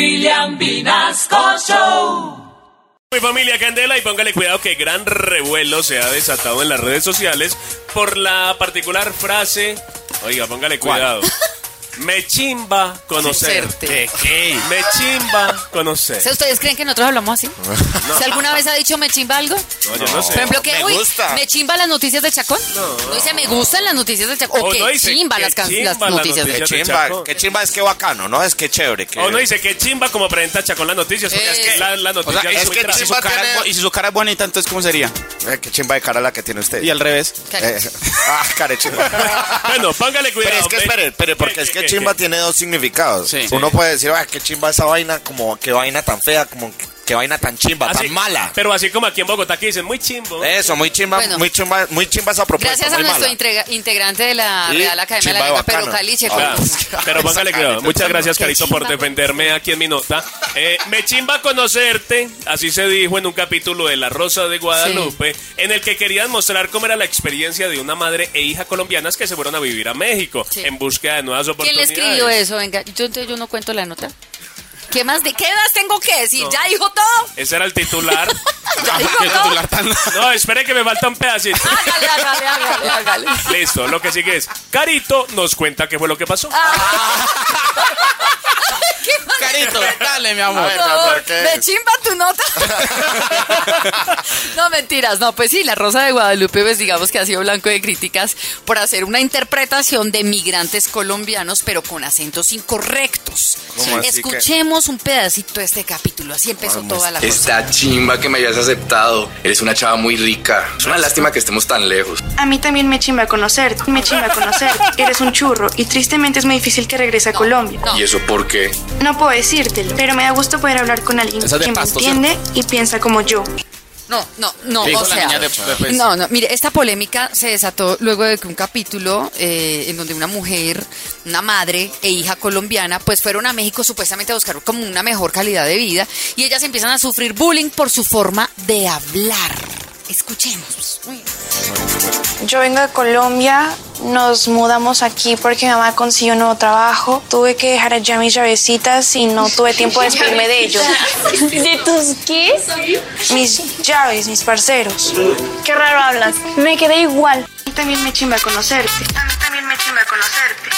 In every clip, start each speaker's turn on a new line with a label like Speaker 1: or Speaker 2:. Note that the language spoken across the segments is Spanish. Speaker 1: William Vinasco Show.
Speaker 2: Mi familia Candela y póngale cuidado que gran revuelo se ha desatado en las redes sociales por la particular frase, oiga, póngale cuidado. Me chimba conocerte.
Speaker 3: ¿Qué, qué?
Speaker 2: Me chimba conocer.
Speaker 4: O sea, ¿Ustedes creen que nosotros hablamos así? ¿Si alguna vez ha dicho me chimba algo?
Speaker 2: No, yo no
Speaker 4: Por
Speaker 2: sé.
Speaker 4: ejemplo, que
Speaker 3: me
Speaker 4: uy,
Speaker 3: gusta.
Speaker 4: me chimba las noticias de Chacón. No, dice me gustan las noticias de Chacón. O
Speaker 2: O
Speaker 4: que
Speaker 2: no dice,
Speaker 4: chimba
Speaker 2: "Qué
Speaker 4: las, can-
Speaker 2: chimba
Speaker 4: las
Speaker 2: las
Speaker 4: noticias.
Speaker 2: noticias.
Speaker 3: Qué
Speaker 2: Yo te chaco.
Speaker 3: chimba, qué chimba es que bacano, ¿no? Es que chévere. Que...
Speaker 2: O uno dice que chimba como presenta Chacón las noticias, porque
Speaker 4: Eh.
Speaker 2: es que la, la
Speaker 5: O
Speaker 2: noticia
Speaker 5: sea,
Speaker 2: es,
Speaker 5: es
Speaker 2: muy
Speaker 5: que
Speaker 2: trágica.
Speaker 5: si su, cara es,
Speaker 3: cara-
Speaker 5: bu- y si su cara es bonita, entonces ¿cómo sería?
Speaker 3: Eh, qué chimba de cara la que tiene usted.
Speaker 5: Y al revés.
Speaker 4: Cara.
Speaker 3: Eh, ah, cara de chimba.
Speaker 2: Bueno, póngale cuidado.
Speaker 3: Pero es que
Speaker 2: me-
Speaker 3: espere, espere, porque es que chimba tiene dos significados.
Speaker 5: Sí.
Speaker 3: Uno puede decir, ah, qué chimba esa vaina, como qué vaina tan fea, como qué vaina tan chimba,
Speaker 2: Así-
Speaker 3: tan mala. Eh,
Speaker 2: Pero así como aquí en Bogotá que dicen muy chimbo.
Speaker 3: Eso, muy chimba,
Speaker 4: Bueno.
Speaker 3: muy chimba, muy chimba esa propuesta.
Speaker 4: Gracias a
Speaker 3: muy
Speaker 4: nuestro
Speaker 3: mala.
Speaker 4: integra- integrante de la
Speaker 3: Y
Speaker 4: Real Academia de la
Speaker 3: chimba de
Speaker 4: Lengua, pero
Speaker 3: bacano.
Speaker 4: Caliche.
Speaker 2: Ah,
Speaker 3: Ahora.
Speaker 4: ¿cómo?
Speaker 2: Pero póngale cuidado. Muchas gracias,
Speaker 4: Qué
Speaker 2: Carito, por
Speaker 4: chimba.
Speaker 2: defenderme aquí en mi nota. Eh, me chimba conocerte, así se dijo en un capítulo de La Rosa de Guadalupe, en el que querían mostrar cómo era la experiencia de una madre e hija colombianas que se fueron a vivir a México
Speaker 4: Sí.
Speaker 2: en búsqueda de nuevas
Speaker 4: ¿Quién le
Speaker 2: oportunidades.
Speaker 4: escribió eso? Venga, yo, entonces yo no cuento la nota. ¿Qué más, de, ¿Qué más tengo que decir? ¿Ya dijo todo?
Speaker 2: Ese era el titular. Ah,
Speaker 4: ¿Ya dijo
Speaker 5: El
Speaker 4: todo?
Speaker 5: titular tan-
Speaker 2: No, espere que me falta un pedacito.
Speaker 4: Hágale, hágale, hágale, hágale.
Speaker 2: Listo, lo que sigue es, Carito nos cuenta qué fue lo que pasó.
Speaker 4: Ah. ¿Qué más?
Speaker 5: Carito, dale, mi amor.
Speaker 3: ver, pero ¿por qué?
Speaker 4: me chimba tu nota. no, mentiras. No, pues sí, la Rosa de Guadalupe, pues digamos que ha sido blanco de críticas por hacer una interpretación de migrantes colombianos, pero con acentos incorrectos.
Speaker 3: ¿Cómo así que-
Speaker 4: Escuchemos un pedacito de este capítulo. Así empezó toda la cosa.
Speaker 6: Está chimba que me hayas aceptado. Eres una chava muy rica. Es una lástima que estemos tan lejos.
Speaker 7: A mí también me chimba conocerte, me chimba conocerte. Eres un churro y tristemente es muy difícil que regrese a Colombia.
Speaker 4: No.
Speaker 6: ¿Y eso por qué?
Speaker 7: No puedo decírtelo, pero me da gusto poder hablar con alguien
Speaker 5: Esa es de
Speaker 7: que me
Speaker 5: Pasto,
Speaker 7: entiende y piensa como yo.
Speaker 4: No, no, no,
Speaker 5: Dijo
Speaker 4: o
Speaker 5: la
Speaker 4: sea,
Speaker 5: niña de- de pues.
Speaker 4: no, no, mire, esta polémica se desató luego de que un capítulo eh, en donde una mujer, una madre e hija colombiana, pues fueron a México supuestamente a buscar como una mejor calidad de vida y ellas empiezan a sufrir bullying por su forma de hablar. Escuchemos. Uy.
Speaker 7: Yo vengo de Colombia, nos mudamos aquí porque mi mamá consiguió un nuevo trabajo. Tuve que dejar allá mis llavecitas y no tuve tiempo de despedirme de ellos.
Speaker 8: ¿De tus qué?
Speaker 7: Mis llaves, mis parceros.
Speaker 8: Qué raro hablas. Me quedé igual.
Speaker 7: A mí también me chimba conocerte. A mí también me chimba conocerte.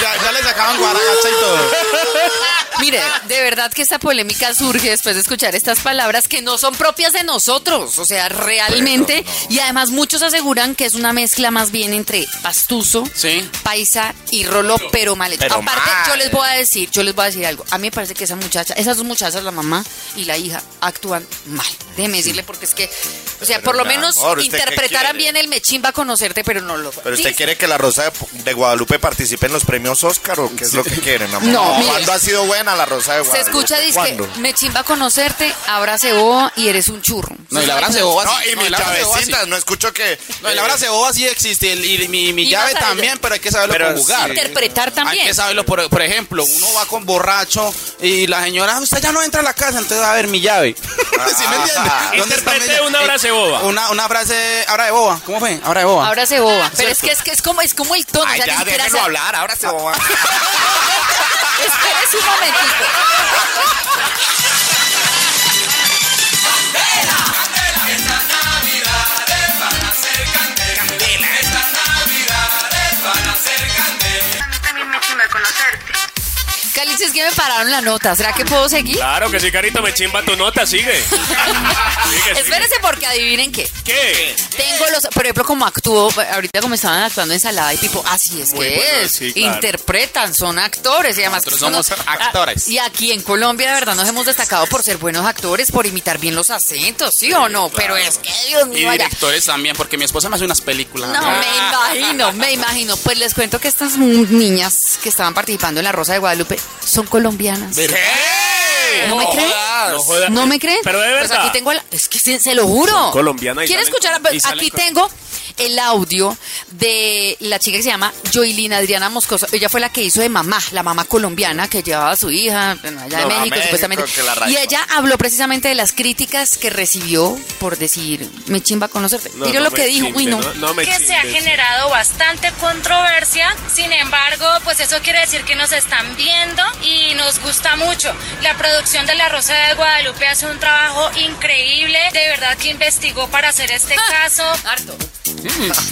Speaker 5: Ya, ya le sacaban guaragacha y todo.
Speaker 4: Mire, de verdad que esta polémica surge después de escuchar estas palabras que no son propias de nosotros, o sea, realmente, y además muchos aseguran que es una mezcla más bien entre pastuso,
Speaker 5: Sí.
Speaker 4: paisa y rolo, pero mal hecho.
Speaker 3: Pero
Speaker 4: Aparte,
Speaker 3: mal.
Speaker 4: yo les voy a decir, yo les voy a decir algo, a mí me parece que esa muchacha, esas dos muchachas, la mamá y la hija, actúan mal, déjeme decirle, porque es que, o sea,
Speaker 3: Pero,
Speaker 4: por lo
Speaker 3: mi
Speaker 4: menos
Speaker 3: amor, ¿usted qué
Speaker 4: interpretaran
Speaker 3: quiere?
Speaker 4: bien el mechimba a conocerte, pero no lo...
Speaker 3: Pero
Speaker 4: Sí,
Speaker 3: usted quiere que la Rosa de, de Guadalupe participe en los premios Oscar o qué es lo que quiere, mi amor.
Speaker 4: No, mire.
Speaker 3: ¿Cuándo ha sido buena la Rosa de
Speaker 4: Se
Speaker 3: Guadalupe?
Speaker 4: escucha, dice,
Speaker 3: ¿Cuándo?
Speaker 4: me chimba conocerte, abrace boba y eres un churro.
Speaker 5: No, y la abrazo de boba
Speaker 3: No,
Speaker 5: sí.
Speaker 3: y mis
Speaker 5: la abrazo de boba sí.
Speaker 3: llavecitas, no escucho que.
Speaker 5: No, y la abrazo de boba sí existe. el- Y mi, mi
Speaker 4: Y
Speaker 5: llave
Speaker 4: no sabe-
Speaker 5: también, pero hay que saberlo
Speaker 3: Pero
Speaker 5: conjugar.
Speaker 4: Interpretar también.
Speaker 5: Hay que saberlo, por, por ejemplo, uno va con borracho y la señora, usted ya no entra a la casa, entonces va a ver mi llave. ¿Sí me entiende?
Speaker 2: Interprete
Speaker 5: mi llave?
Speaker 2: una frase
Speaker 5: Eh,
Speaker 2: boba.
Speaker 5: Ah. Una, una frase, ahora de boba. ¿Cómo fue? Ahora de boba.
Speaker 4: Ahora se boba. Pero es que es que es como es como el tono.
Speaker 3: Ay,
Speaker 4: o sea,
Speaker 3: ya,
Speaker 4: ni siquiera
Speaker 3: déjenlo
Speaker 4: sa-
Speaker 3: hablar, ahora se va.
Speaker 4: Espérese un momentito.
Speaker 7: A mí también me chimba conocerte.
Speaker 4: Calix, es que me pararon la nota. ¿Será que puedo seguir?
Speaker 2: Claro que sí, Carito, me chimba tu nota, sigue. sigue, sigue.
Speaker 4: Espérese porque adivinen qué.
Speaker 2: ¿Qué?
Speaker 4: Tengo los, por ejemplo, como actúo, eh, ahorita como estaban actuando en Salada y tipo, así es
Speaker 2: Muy
Speaker 4: que
Speaker 2: bueno,
Speaker 4: es.
Speaker 2: sí, claro.
Speaker 4: Interpretan, son actores y además.
Speaker 5: Nosotros somos
Speaker 4: uno-
Speaker 5: actores.
Speaker 4: Ah, Y aquí en Colombia, de verdad, nos hemos destacado por ser buenos actores, por imitar bien los acentos, ¿sí, o no? Pero es que, Dios
Speaker 5: Y
Speaker 4: mío, allá.
Speaker 5: directores también, porque mi esposa me hace unas películas.
Speaker 4: No, me
Speaker 5: Ah.
Speaker 4: imagino, me imagino. Pues les cuento que estas niñas que estaban participando en La Rosa de Guadalupe son colombianas.
Speaker 5: ¿Qué?
Speaker 4: ¿No me creen?
Speaker 3: jodas.
Speaker 2: No jodas.
Speaker 4: ¿No me creen?
Speaker 2: Pero de verdad.
Speaker 4: Pues aquí tengo el- Es que se, se lo juro.
Speaker 2: colombiana y
Speaker 4: ¿Quieren
Speaker 2: salen-
Speaker 4: escuchar?
Speaker 2: y salen
Speaker 4: aquí
Speaker 2: con-
Speaker 4: tengo el audio de la chica que se llama Joylina Adriana Moscoso. Ella fue la que hizo de mamá, la mamá colombiana que llevaba a su hija bueno, allá
Speaker 3: No,
Speaker 4: de
Speaker 3: a
Speaker 4: México,
Speaker 3: México,
Speaker 4: supuestamente.
Speaker 3: que la
Speaker 4: Y
Speaker 3: rayó.
Speaker 4: ella habló precisamente de las críticas que recibió por decir, me chimba conocerte.
Speaker 2: No,
Speaker 4: Mira
Speaker 2: no
Speaker 4: lo
Speaker 2: me
Speaker 4: que dijo. Uy,
Speaker 2: chimpe,
Speaker 4: no.
Speaker 2: no me
Speaker 9: que se ha
Speaker 2: chimpe.
Speaker 9: generado bastante controversia. Sin embargo, pues eso quiere decir que nos están viendo y nos gusta mucho. La producción de La Rosa de Guadalupe hace un trabajo increíble. De verdad que investigó para hacer este caso.
Speaker 4: Ah. Harto.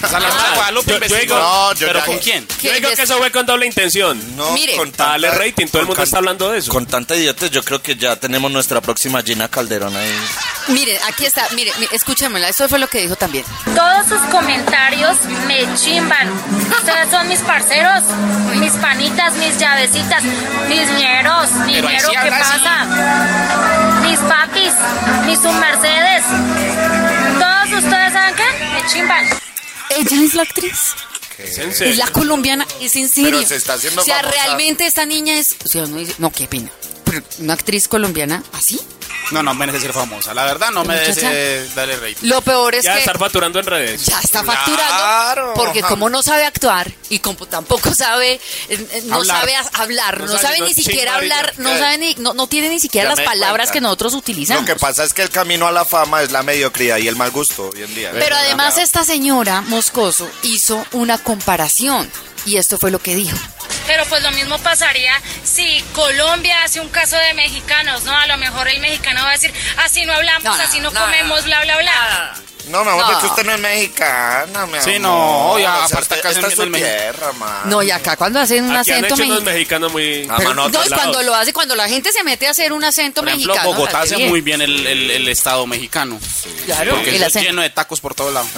Speaker 5: Salazar Guadalupe
Speaker 2: yo- yo digo-
Speaker 5: investigó.
Speaker 3: No, yo
Speaker 5: ¿Pero
Speaker 3: ya-
Speaker 5: con quién?
Speaker 2: Yo digo que eso fue con doble intención.
Speaker 3: No,
Speaker 4: Mire.
Speaker 3: con tanta-
Speaker 2: Dale rating, todo el
Speaker 3: con
Speaker 2: mundo
Speaker 3: can-
Speaker 2: está hablando de eso.
Speaker 3: Con tanta idiotez, yo creo que ya tenemos nuestra próxima Gina Calderón ahí.
Speaker 4: Miren, aquí está. Miren, mi- escúchamela. Eso fue lo que dijo también.
Speaker 9: Todos sus comentarios me chimban. Ustedes son mis parceros, mis panitas, mis llavecitas, mis ñeros, mi
Speaker 5: Pero ahí
Speaker 9: ñero,
Speaker 5: sí
Speaker 9: ¿qué
Speaker 5: habla así.
Speaker 9: pasa? Mis papis, mis su Mercedes. Todos ustedes saben qué? Me chimban.
Speaker 4: Ella es la actriz.
Speaker 2: Es en
Speaker 4: Es
Speaker 2: serio.
Speaker 4: la colombiana, es en serio.
Speaker 3: Pero se está haciendo
Speaker 4: o sea,
Speaker 3: famosa.
Speaker 4: realmente esta niña es. O sea, uno dice, no, qué pena. Pero una actriz colombiana así.
Speaker 5: No, no merece ser famosa. La verdad, no merece
Speaker 4: Muchacha.
Speaker 5: darle rating.
Speaker 4: Lo peor es
Speaker 2: Ya
Speaker 4: que
Speaker 2: estar facturando en redes.
Speaker 4: ya está
Speaker 5: Claro.
Speaker 4: facturando. Porque como no sabe actuar y como tampoco sabe, eh, eh, no
Speaker 5: Hablar.
Speaker 4: sabe as- hablar,
Speaker 2: No
Speaker 4: no,
Speaker 2: sabe,
Speaker 4: sabe
Speaker 2: no
Speaker 4: ni siquiera
Speaker 2: chingarilla.
Speaker 4: hablar, no sabe ni, no, no tiene ni siquiera
Speaker 3: Ya
Speaker 4: las
Speaker 3: me di
Speaker 4: palabras
Speaker 3: cuenta.
Speaker 4: que nosotros
Speaker 3: Lo
Speaker 4: utilizamos.
Speaker 3: que pasa es que el camino a la fama es la mediocridad y el mal gusto hoy en día.
Speaker 4: Pero además esta señora Moscoso hizo una comparación y esto fue lo que dijo.
Speaker 9: Pero pues lo mismo pasaría si Colombia hace un caso de mexicanos, ¿no? A lo mejor el mexicano va a decir, así no hablamos,
Speaker 4: No, no,
Speaker 9: así no,
Speaker 4: no,
Speaker 9: comemos, bla, bla, bla.
Speaker 3: No, mi amor,
Speaker 4: No.
Speaker 3: es que usted no es mexicana, mi
Speaker 5: Sí,
Speaker 3: amor.
Speaker 5: no, ya, aparte
Speaker 3: usted-
Speaker 5: acá se
Speaker 3: esta es
Speaker 5: metió
Speaker 3: su
Speaker 5: en México.
Speaker 3: tierra, man.
Speaker 4: No, y acá cuando hacen un
Speaker 2: Aquí han
Speaker 4: acento
Speaker 2: hecho unos
Speaker 4: mexicano.
Speaker 2: mexicanos muy...
Speaker 3: Ah, mano,
Speaker 4: No, y
Speaker 2: Lados.
Speaker 4: cuando lo hace, cuando la gente se mete a hacer un acento
Speaker 5: Por ejemplo,
Speaker 4: mexicano.
Speaker 5: Bogotá
Speaker 4: la hace
Speaker 5: hace muy bien el, el- el estado mexicano.
Speaker 4: Claro,
Speaker 5: Porque
Speaker 4: el
Speaker 5: es
Speaker 4: acento.
Speaker 5: lleno de tacos por todos lados.